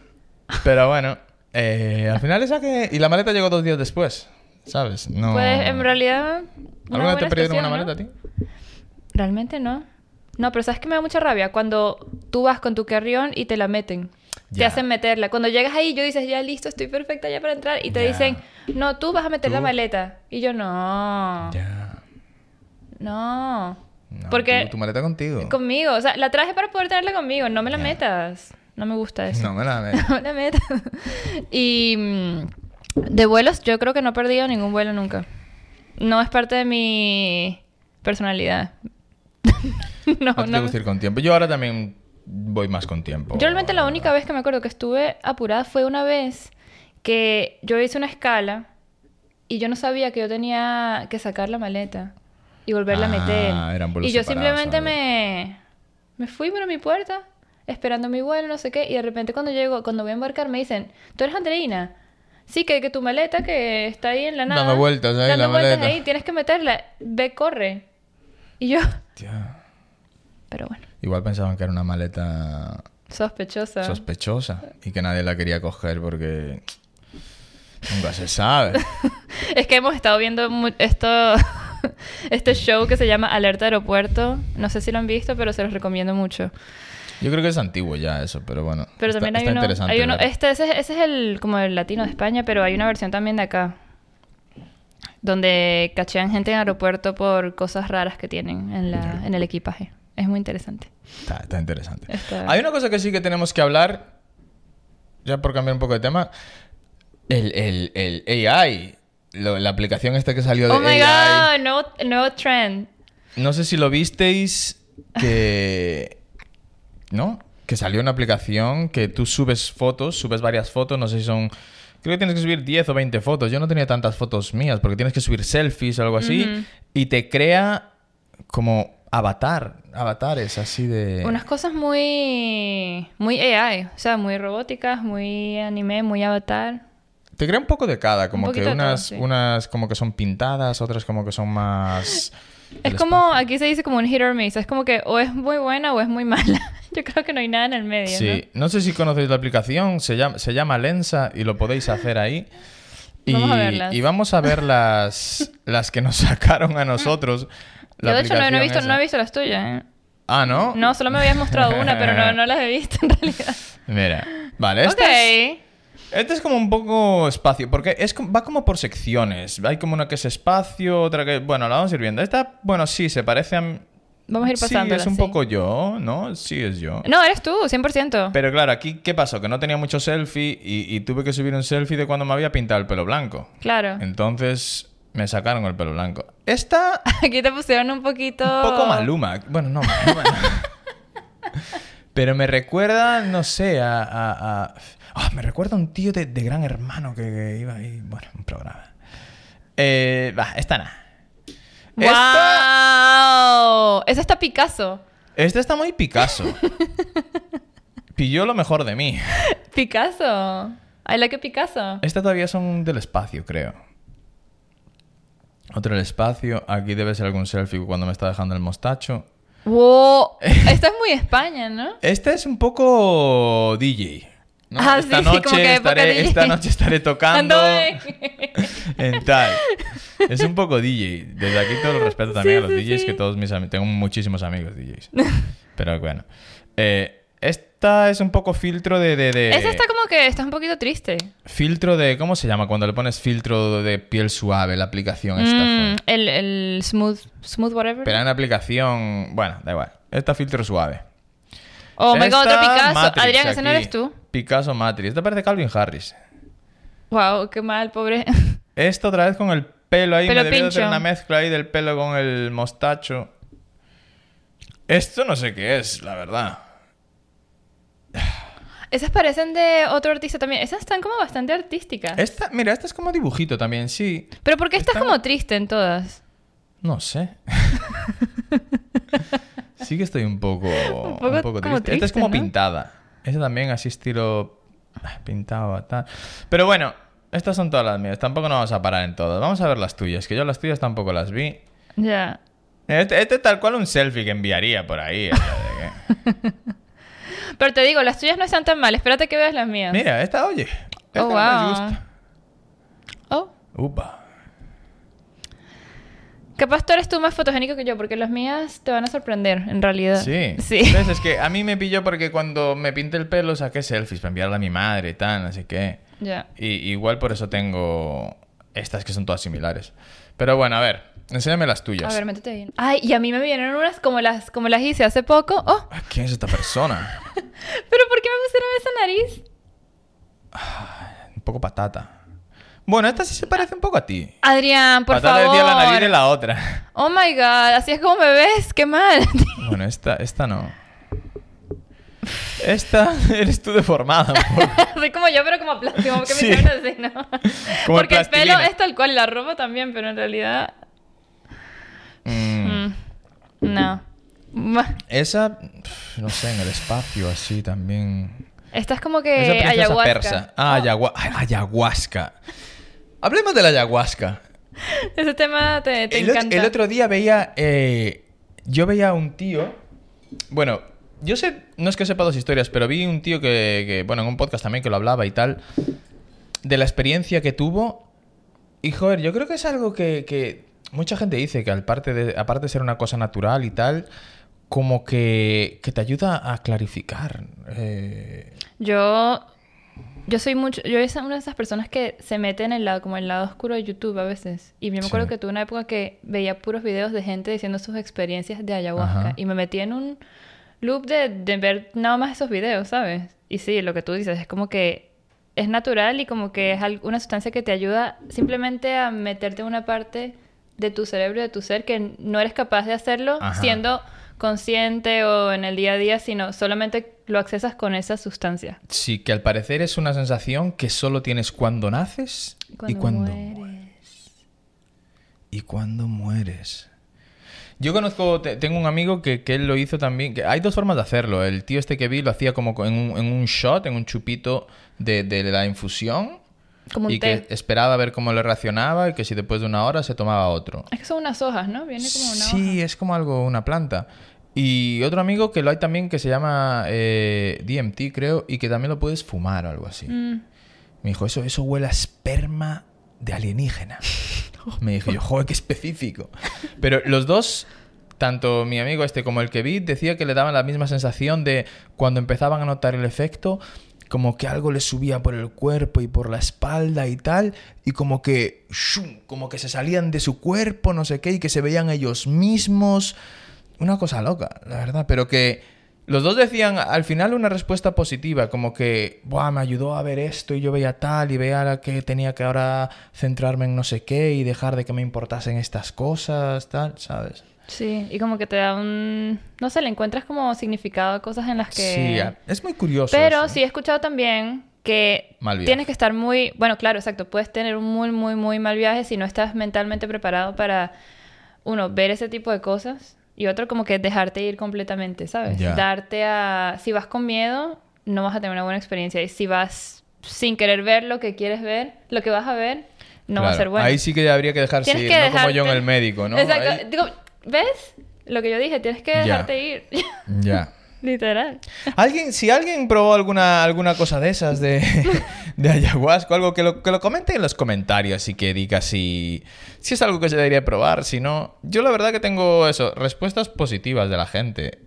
Speaker 1: Pero bueno, eh, al final esa que... Y la maleta llegó dos días después, ¿sabes? No...
Speaker 2: Pues en realidad...
Speaker 1: ¿Alguna
Speaker 2: una
Speaker 1: vez te
Speaker 2: buena
Speaker 1: perdieron
Speaker 2: estación,
Speaker 1: una
Speaker 2: ¿no?
Speaker 1: maleta a ti?
Speaker 2: Realmente no. No, pero ¿sabes que me da mucha rabia? Cuando tú vas con tu carrión y te la meten. Te
Speaker 1: Ya.
Speaker 2: hacen meterla. Cuando llegas ahí, yo dices, ya listo, estoy perfecta ya para entrar. Y te
Speaker 1: Ya.
Speaker 2: dicen, no, tú vas a meter la
Speaker 1: Tú.
Speaker 2: maleta. Y yo, no.
Speaker 1: Ya.
Speaker 2: No.
Speaker 1: No,
Speaker 2: Porque
Speaker 1: tu, tu maleta contigo.
Speaker 2: conmigo, o sea, la traje para poder tenerla conmigo. No me la
Speaker 1: Ya.
Speaker 2: metas. No me gusta eso.
Speaker 1: No me la me-
Speaker 2: No me la metas. y mm, de vuelos, yo creo que no he perdido ningún vuelo nunca. No es parte de mi personalidad. no,
Speaker 1: A ti te
Speaker 2: no.
Speaker 1: gusta ir con tiempo. Yo ahora también voy más con tiempo.
Speaker 2: Yo realmente la única vez que me acuerdo que estuve apurada fue una vez que yo hice una escala y yo no sabía que yo tenía que sacar la maleta y volverla a
Speaker 1: Ah,
Speaker 2: meter.
Speaker 1: eran vuelos
Speaker 2: y yo
Speaker 1: separados,
Speaker 2: simplemente
Speaker 1: algo.
Speaker 2: me, me fui por mi puerta esperando mi vuelo, no sé qué, y de repente cuando llego, cuando voy a embarcar me dicen, "Tú eres Andreina." Sí, que, que tu maleta que está ahí en la nada.
Speaker 1: Dando vueltas ahí,
Speaker 2: dando
Speaker 1: la
Speaker 2: vueltas
Speaker 1: maleta.
Speaker 2: ahí, tienes que meterla. Ve, corre. Y yo,
Speaker 1: Hostia.
Speaker 2: pero bueno,
Speaker 1: Igual pensaban que era una maleta
Speaker 2: sospechosa.
Speaker 1: sospechosa y que nadie la quería coger porque nunca se sabe.
Speaker 2: Es que hemos estado viendo mu- esto este show que se llama Alerta Aeropuerto. No sé si lo han visto, pero se los recomiendo mucho.
Speaker 1: Yo creo que es antiguo ya eso, pero bueno.
Speaker 2: Pero
Speaker 1: está-
Speaker 2: también hay
Speaker 1: está
Speaker 2: uno,
Speaker 1: interesante
Speaker 2: hay uno-
Speaker 1: ver.
Speaker 2: este, ese, ese es el como el latino de España, pero hay una versión también de acá. Donde cachean gente en aeropuerto por cosas raras que tienen en, la, en el equipaje. Es muy interesante.
Speaker 1: Está, está interesante.
Speaker 2: Está-
Speaker 1: Hay una cosa que sí que tenemos que hablar, ya por cambiar un poco de tema, el, el, el AI, lo- la aplicación esta que salió de
Speaker 2: Oh my
Speaker 1: AI.
Speaker 2: god, nuevo, nuevo trend.
Speaker 1: No sé si lo visteis, que... ¿No? Que salió una aplicación que tú subes fotos, subes varias fotos, no sé si son... Creo que tienes que subir 10 o 20 fotos. Yo no tenía tantas fotos mías, porque tienes que subir selfies o algo así,
Speaker 2: Ujú.
Speaker 1: y te crea como avatar, avatares así de...
Speaker 2: Unas cosas muy. muy AI. O sea, muy robóticas, muy anime, muy avatar.
Speaker 1: Te crea un poco de cada, como que
Speaker 2: poquito de todo,
Speaker 1: unas,
Speaker 2: sí.
Speaker 1: unas como que son pintadas, otras como que son más...
Speaker 2: Es
Speaker 1: el
Speaker 2: como, aquí se dice como un hit or miss. Es como que o es muy buena o es muy mala. Yo creo que no hay nada en el medio.
Speaker 1: Sí, no sé si conocéis la aplicación, se llama, se llama Lensa y lo podéis hacer ahí. Y
Speaker 2: Vamos a verlas.
Speaker 1: y vamos a ver las, las que nos sacaron a nosotros.
Speaker 2: ¿no?
Speaker 1: la
Speaker 2: Yo de hecho no, no he
Speaker 1: aplicación
Speaker 2: visto,
Speaker 1: esa.
Speaker 2: no he visto las tuyas. ¿eh?
Speaker 1: Ah, ¿no?
Speaker 2: No, solo me habías mostrado una, pero no, no las he visto en realidad.
Speaker 1: Mira, vale, esta es-
Speaker 2: ok.
Speaker 1: Este es como un poco espacio, porque es, com- va como por secciones. Hay como una que es espacio, otra que... Bueno, la vamos a ir viendo. Esta, bueno, sí, se parece a... m-
Speaker 2: Vamos a ir pasando.
Speaker 1: Sí, es un poco yo, ¿no? Sí, es yo.
Speaker 2: No, eres tú, 100%.
Speaker 1: Pero claro, aquí, ¿qué pasó? Que no tenía mucho selfie y, y tuve que subir un selfie de cuando me había pintado el pelo blanco.
Speaker 2: Claro.
Speaker 1: Entonces me sacaron el pelo blanco. Esta,
Speaker 2: Aquí te pusieron un poquito.
Speaker 1: un poco maluma. Bueno, no, Maluma no. Pero me recuerda, no sé, a. a- a- Ah, me recuerda a un tío de, de gran hermano que, que iba ahí. Bueno, un programa. Eh, Va, esta nada.
Speaker 2: ¡Wow!
Speaker 1: Esta,
Speaker 2: Ese está Picasso.
Speaker 1: esta está muy Picasso. Pilló lo mejor de mí.
Speaker 2: Picasso. I like a Picasso.
Speaker 1: Estas todavía son del espacio, creo. Otro del espacio. Aquí debe ser algún selfie cuando me está dejando el mostacho.
Speaker 2: Wow. Esto es muy España, ¿no?
Speaker 1: Este es un poco DJ. ¿no?
Speaker 2: Ah,
Speaker 1: esta,
Speaker 2: sí, sí,
Speaker 1: noche
Speaker 2: como que época
Speaker 1: estaré,
Speaker 2: DJ.
Speaker 1: esta noche estaré tocando
Speaker 2: Ando de-
Speaker 1: en tal. Es un poco DJ. Desde aquí todo el respeto también
Speaker 2: Sí,
Speaker 1: a los
Speaker 2: sí,
Speaker 1: DJs,
Speaker 2: sí.
Speaker 1: que todos mis amigos... Tengo muchísimos amigos DJs. Pero bueno. Eh, esta es un poco filtro de... de, de-
Speaker 2: Ese está como que está un poquito triste.
Speaker 1: Filtro de... ¿Cómo se llama? Cuando le pones filtro de piel suave, la aplicación esta.
Speaker 2: Mm,
Speaker 1: joder.
Speaker 2: el, el smooth, smooth whatever.
Speaker 1: Pero en aplicación... Bueno, da igual. Esta filtro suave.
Speaker 2: oh my god, otro
Speaker 1: Esta
Speaker 2: Picasso.
Speaker 1: Matrix
Speaker 2: Adrián, ese no
Speaker 1: aquí.
Speaker 2: eres tú.
Speaker 1: Picasso Matrix. Esta parece Calvin Harris.
Speaker 2: Wow, qué mal, pobre.
Speaker 1: Esta otra vez con el pelo ahí.
Speaker 2: Pelo
Speaker 1: me debería de hacer
Speaker 2: pincho.
Speaker 1: una mezcla ahí del pelo con el mostacho. Esto no sé qué es, la verdad.
Speaker 2: Esas parecen de otro artista también. Esas están como bastante artísticas.
Speaker 1: Esta, mira, esta es como dibujito también, sí.
Speaker 2: Pero ¿por qué estás
Speaker 1: están-
Speaker 2: como triste en todas?
Speaker 1: No sé. sí que estoy un poco, un
Speaker 2: poco
Speaker 1: poco,
Speaker 2: como
Speaker 1: triste. Esta es como
Speaker 2: triste, ¿no?
Speaker 1: pintada. Esta también así estilo ah, pintado tal. Pero bueno, estas son todas las mías. Tampoco nos vamos a parar en todas. Vamos a ver las tuyas, que yo las tuyas tampoco las vi.
Speaker 2: Ya.
Speaker 1: Este, este es tal cual un selfie que enviaría por ahí. o sea, de
Speaker 2: Pero te digo, las tuyas no están tan mal. Espérate que veas las mías.
Speaker 1: que- Mira, esta, oye. Esta
Speaker 2: Oh,
Speaker 1: no les
Speaker 2: wow.
Speaker 1: gusta.
Speaker 2: Oh.
Speaker 1: Upa.
Speaker 2: Capaz tú eres tú más fotogénico que yo, porque las mías te van a sorprender, en realidad.
Speaker 1: Sí.
Speaker 2: Eh, Sí.
Speaker 1: ¿Ves? Es que a mí me pilló porque cuando me pinté el pelo saqué selfies para enviarla a mi madre y tal, así que...
Speaker 2: Ya.
Speaker 1: Y, igual por eso tengo estas que son todas similares. Pero bueno, a ver, enséñame las tuyas.
Speaker 2: A ver, métete bien. Ay, y a mí me vinieron unas como las, como las hice hace poco. Oh,
Speaker 1: Ah, ¿Quién es esta persona?
Speaker 2: pero ¿por qué me pusieron esa nariz?
Speaker 1: un poco patata. Bueno, esta sí se parece un poco a ti.
Speaker 2: Adrián, por
Speaker 1: patata
Speaker 2: favor.
Speaker 1: decía la nariz de la otra.
Speaker 2: Oh my god, así es como me ves, qué mal.
Speaker 1: Bueno, esta, esta no. Esta eres tú deformada. un poco.
Speaker 2: Soy como yo, pero como plástico, porque
Speaker 1: Sí.
Speaker 2: me hicieron así, ¿no?
Speaker 1: Como el
Speaker 2: porque el, pelo
Speaker 1: plastilina.
Speaker 2: es tal cual, y la ropa también, pero en realidad.
Speaker 1: Mm,
Speaker 2: mm, no. Ma-
Speaker 1: Esa, pf, no sé, en el espacio así también.
Speaker 2: Esta es como
Speaker 1: Esa
Speaker 2: que
Speaker 1: princesa
Speaker 2: Eh, ayahuasca.
Speaker 1: persa. Ah, ayagua- ay, ayahuasca. Hablemos de la ayahuasca.
Speaker 2: Ese tema te, te
Speaker 1: el, ot-
Speaker 2: encanta.
Speaker 1: el otro día veía. eh, yo veía a un tío. Bueno, yo sé. No es que sepa dos historias, pero vi un tío que, que, Bueno, en un podcast también que lo hablaba y tal. De la experiencia que tuvo. Y joder, yo creo que es algo que. que mucha gente dice que al parte de, aparte de ser una cosa natural y tal, como que, que te ayuda a clarificar. eh,
Speaker 2: Yo. Yo soy mucho. Yo soy una de esas personas que se mete en el lado, como el lado oscuro de YouTube a veces. Y yo me acuerdo
Speaker 1: Sí.
Speaker 2: que tuve una época que veía puros videos de gente diciendo sus experiencias de ayahuasca.
Speaker 1: Ajá.
Speaker 2: Y me metí en un loop de, de ver nada más esos videos, ¿sabes? Y sí, lo que tú dices es como que es natural y como que es al- una sustancia que te ayuda simplemente a meterte en una parte de tu cerebro y de tu ser que no eres capaz de hacerlo
Speaker 1: Ajá.
Speaker 2: siendo consciente o en el día a día, sino solamente lo accesas con esa sustancia.
Speaker 1: sí, que al parecer es una sensación que solo tienes cuando naces y cuando
Speaker 2: mueres.
Speaker 1: y cuando mueres. Yo conozco, te- tengo un amigo que, que él lo hizo también. Que hay dos formas de hacerlo. El tío este que vi lo hacía como co- en un, en un shot, en un chupito de, de la infusión.
Speaker 2: Como un
Speaker 1: y
Speaker 2: té.
Speaker 1: que esperaba a ver cómo le reaccionaba y que si después de una hora se tomaba otro.
Speaker 2: Es que son unas hojas, ¿no? Viene como una
Speaker 1: sí,
Speaker 2: hoja.
Speaker 1: es como algo, una planta. Y otro amigo que lo hay también que se llama eh, DMT, creo, y que también lo puedes fumar o algo así.
Speaker 2: Mm.
Speaker 1: Me dijo, eso, eso huele a esperma de alienígena. Me dije yo, joder, qué específico. Pero los dos, tanto mi amigo este como el que vi, decía que le daban la misma sensación de cuando empezaban a notar el efecto, como que algo le subía por el cuerpo y por la espalda y tal, y como que, shum, como que se salían de su cuerpo, no sé qué, y que se veían ellos mismos. Una cosa loca, la verdad, pero que los dos decían al final una respuesta positiva, como que, Buah, me ayudó a ver esto y yo veía tal y veía la que tenía que ahora centrarme en no sé qué y dejar de que me importasen estas cosas, tal, ¿sabes?
Speaker 2: Sí, y como que te da un... No sé, le encuentras como significado a cosas en las que...
Speaker 1: Sí, a- es muy curioso.
Speaker 2: Pero
Speaker 1: eso. ¿eh?
Speaker 2: sí he escuchado también que
Speaker 1: Mal viaje.
Speaker 2: tienes que estar muy, bueno, claro, exacto, puedes tener un muy, muy, muy mal viaje si no estás mentalmente preparado para, uno, ver ese tipo de cosas y otro, como que dejarte ir completamente, ¿sabes?
Speaker 1: Ya.
Speaker 2: Darte a... Si vas con miedo, no vas a tener una buena experiencia y si vas sin querer ver lo que quieres ver, lo que vas a ver, no va a
Speaker 1: Claro,
Speaker 2: ser bueno.
Speaker 1: Ahí sí que habría que dejarse
Speaker 2: Tienes
Speaker 1: ir,
Speaker 2: que
Speaker 1: no como yo en
Speaker 2: dejarte-
Speaker 1: el médico, ¿no?
Speaker 2: Exacto.
Speaker 1: Ahí-
Speaker 2: Digo, ¿ves? Lo que yo dije, tienes que
Speaker 1: Ya.
Speaker 2: dejarte ir.
Speaker 1: Ya.
Speaker 2: Literal.
Speaker 1: ¿Alguien, si alguien probó alguna, alguna cosa de esas de, de ayahuasca, algo que lo, que lo comente en los comentarios y que diga si, si es algo que se debería probar, si no. Yo la verdad que tengo eso, respuestas positivas de la gente.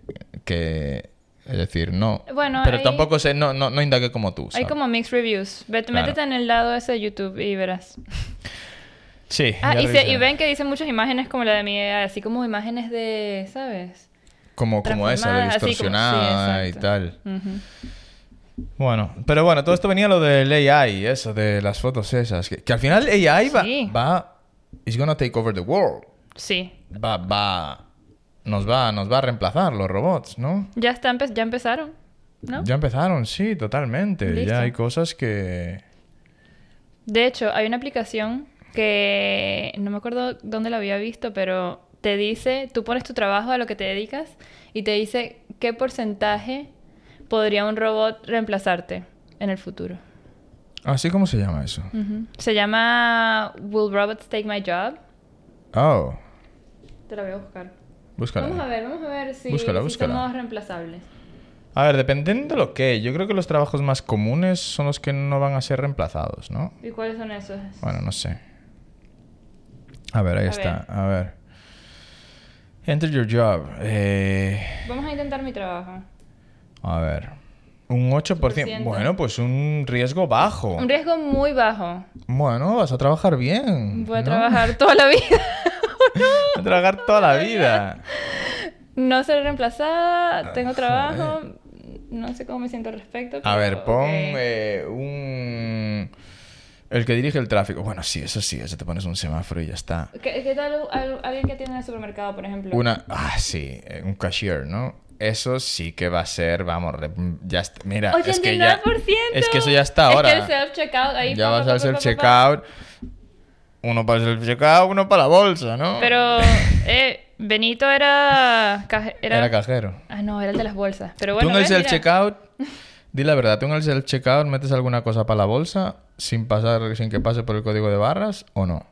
Speaker 1: Que, es decir, no.
Speaker 2: Bueno,
Speaker 1: pero
Speaker 2: ahí-
Speaker 1: tampoco sé, no, no, no indagué como tú.
Speaker 2: Hay
Speaker 1: ¿sabes?
Speaker 2: como mixed reviews. Vete,
Speaker 1: Claro.
Speaker 2: Métete en el lado ese de YouTube y verás.
Speaker 1: Sí.
Speaker 2: Ah,
Speaker 1: ya
Speaker 2: y, se-
Speaker 1: revisaré.
Speaker 2: y ven que dicen muchas imágenes como la de mi edad, así como imágenes de, ¿sabes?
Speaker 1: Como, como esa, de
Speaker 2: Transformadas, así como- sí,
Speaker 1: distorsionada y
Speaker 2: exacto.
Speaker 1: tal.
Speaker 2: Ujú.
Speaker 1: Bueno, pero bueno, todo esto venía lo del AI, eso, de las fotos esas. Que, que al final AI va,
Speaker 2: Sí.
Speaker 1: va. It's gonna take over the world.
Speaker 2: Sí.
Speaker 1: Va, va. Nos va, nos va a reemplazar los robots, ¿no?
Speaker 2: Ya, está empe- ya empezaron, ¿no?
Speaker 1: Ya empezaron, sí, totalmente.
Speaker 2: Listo.
Speaker 1: Ya hay cosas que.
Speaker 2: De hecho, hay una aplicación que no me acuerdo dónde la había visto, pero te dice, tú pones tu trabajo a lo que te dedicas y te dice qué porcentaje podría un robot reemplazarte en el futuro.
Speaker 1: ¿Así ah, cómo se llama eso?
Speaker 2: Ujú. Se llama Will Robots Take My Job?
Speaker 1: Oh,
Speaker 2: Te la voy a buscar.
Speaker 1: búscala.
Speaker 2: Vamos a ver, vamos a ver si,
Speaker 1: Búscala,
Speaker 2: si
Speaker 1: búscala.
Speaker 2: somos reemplazables.
Speaker 1: A ver, dependiendo de lo que, yo creo que los trabajos más comunes son los que no van a ser reemplazados, ¿no?
Speaker 2: ¿Y cuáles son esos?
Speaker 1: Bueno, no sé. A ver, ahí
Speaker 2: A
Speaker 1: está.
Speaker 2: ver.
Speaker 1: A ver. Enter your job. Eh,
Speaker 2: Vamos a intentar mi trabajo.
Speaker 1: a ver. Un 8%.
Speaker 2: Suficiente.
Speaker 1: Bueno, pues un riesgo bajo.
Speaker 2: Un riesgo muy bajo.
Speaker 1: Bueno, vas a trabajar bien.
Speaker 2: Voy a
Speaker 1: ¿no?
Speaker 2: trabajar toda la vida.
Speaker 1: Voy a trabajar toda la vida.
Speaker 2: No ser reemplazada, tengo
Speaker 1: Ah,
Speaker 2: trabajo, no sé cómo me siento al respecto.
Speaker 1: A
Speaker 2: pero,
Speaker 1: ver, pon
Speaker 2: ok.
Speaker 1: eh, un... El que dirige el tráfico. Bueno, sí, eso sí, eso te pones un semáforo y ya está.
Speaker 2: ¿Qué, qué tal al- alguien que tiene en el supermercado, por ejemplo?
Speaker 1: Una... Ah, sí, eh, un cashier, ¿no? Eso sí que va a ser, vamos, re- ya está- mira, es que ya...
Speaker 2: 89%.
Speaker 1: Es que eso ya está ahora.
Speaker 2: Es que el self-checkout ahí.
Speaker 1: ya
Speaker 2: pa, pa,
Speaker 1: vas
Speaker 2: pa,
Speaker 1: a
Speaker 2: pa,
Speaker 1: hacer
Speaker 2: pa, pa, pa.
Speaker 1: checkout. Uno para el checkout, uno para la bolsa, ¿no?
Speaker 2: Pero eh, Benito era, caje-
Speaker 1: Era, cajero.
Speaker 2: Ah, no, era el de las bolsas. Pero bueno,
Speaker 1: tú en el
Speaker 2: ves, mira.
Speaker 1: self-checkout, di la verdad, tú en el self-checkout metes alguna cosa para la bolsa sin pasar, sin que pase por el código de barras o no.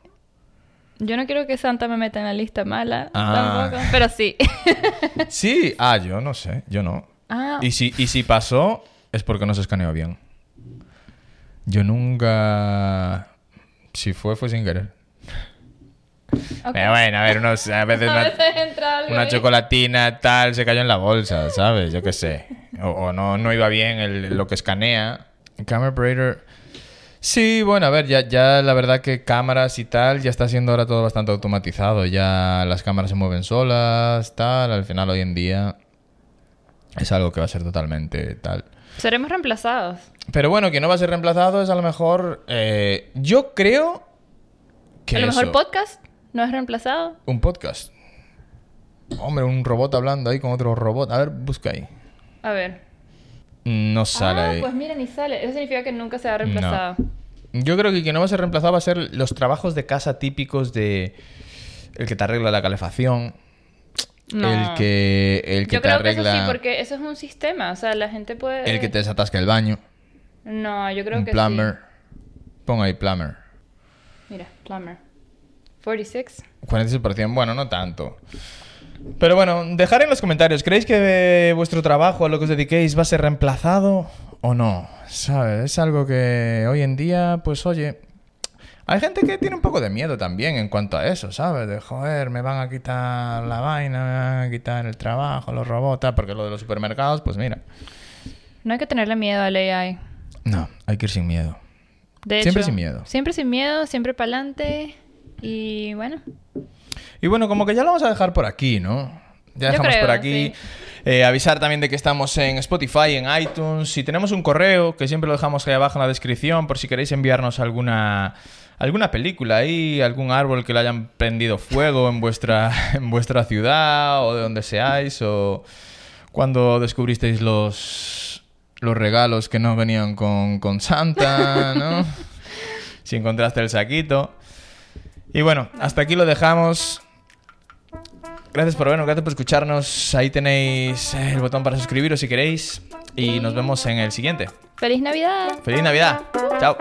Speaker 2: Yo no quiero que Santa me meta en la lista mala
Speaker 1: Ah.
Speaker 2: tampoco, pero sí.
Speaker 1: Sí, ah, yo no sé, yo no.
Speaker 2: ah,
Speaker 1: Y si, y si pasó, es porque no se escaneó bien. Yo nunca. Si fue, fue sin querer.
Speaker 2: Ok.
Speaker 1: Pero bueno, a ver, unos, a veces
Speaker 2: A
Speaker 1: una,
Speaker 2: veces entra algo
Speaker 1: una
Speaker 2: ahí.
Speaker 1: chocolatina tal se cayó en la bolsa, ¿sabes? Yo qué sé. O, o no, no iba bien el- lo que escanea. Camera operator. Sí, bueno, a ver, ya, ya la verdad que cámaras y tal, ya está siendo ahora todo bastante automatizado. Ya las cámaras se mueven solas, tal. Al final, hoy en día, es algo que va a ser totalmente tal.
Speaker 2: Seremos reemplazados.
Speaker 1: Pero bueno, que no va a ser reemplazado es a lo mejor. eh, yo creo que.
Speaker 2: A lo mejor
Speaker 1: eso,
Speaker 2: podcast no es reemplazado.
Speaker 1: Un podcast. Hombre, un robot hablando ahí con otro robot. A ver, busca ahí.
Speaker 2: A ver.
Speaker 1: No sale
Speaker 2: ah,
Speaker 1: ahí.
Speaker 2: pues mira, ni sale. Eso significa que nunca será reemplazado.
Speaker 1: Yo creo que que no va a ser reemplazado va a ser los trabajos de casa típicos de. El que te arregla la calefacción.
Speaker 2: No.
Speaker 1: El que. El que
Speaker 2: Yo
Speaker 1: te
Speaker 2: creo que
Speaker 1: arregla.
Speaker 2: eso sí, porque eso es un sistema. O sea, la gente puede...
Speaker 1: El que te desatasca el baño.
Speaker 2: No, yo creo
Speaker 1: un
Speaker 2: que
Speaker 1: plumber.
Speaker 2: sí.
Speaker 1: Pon ahí plumber.
Speaker 2: Mira, plumber. 46.
Speaker 1: 46%, bueno, no tanto. Pero bueno, dejar en los comentarios, ¿creéis que eh, vuestro trabajo, a lo que os dediquéis, va a ser reemplazado o no? ¿Sabes? Es algo que hoy en día, pues oye, hay gente que tiene un poco de miedo también en cuanto a eso, ¿sabes? De joder, me van a quitar la vaina, me van a quitar el trabajo, los robots, tal, porque lo de los supermercados, pues mira.
Speaker 2: No hay que tenerle miedo al AI.
Speaker 1: No, hay que ir sin miedo.
Speaker 2: De
Speaker 1: Siempre
Speaker 2: hecho,
Speaker 1: sin miedo.
Speaker 2: Siempre sin miedo, siempre para adelante. Y bueno,
Speaker 1: Y bueno, como que ya lo vamos a dejar por aquí, ¿no? Ya
Speaker 2: Yo
Speaker 1: dejamos
Speaker 2: creo,
Speaker 1: por aquí.
Speaker 2: sí.
Speaker 1: Eh, avisar también de que estamos en Spotify, en iTunes. Y tenemos un correo que siempre lo dejamos ahí abajo en la descripción por si queréis enviarnos alguna alguna película ahí, algún árbol que le hayan prendido fuego en vuestra en vuestra ciudad o de donde seáis o cuando descubristeis los los regalos que no venían con, con Santa, ¿no? si encontraste el saquito. Y bueno, hasta aquí lo dejamos. Gracias por vernos, gracias por escucharnos. Ahí tenéis eh, el botón para suscribiros si queréis. Y nos vemos en el siguiente.
Speaker 2: feliz Navidad.
Speaker 1: ¡Feliz Navidad! ¡Chao!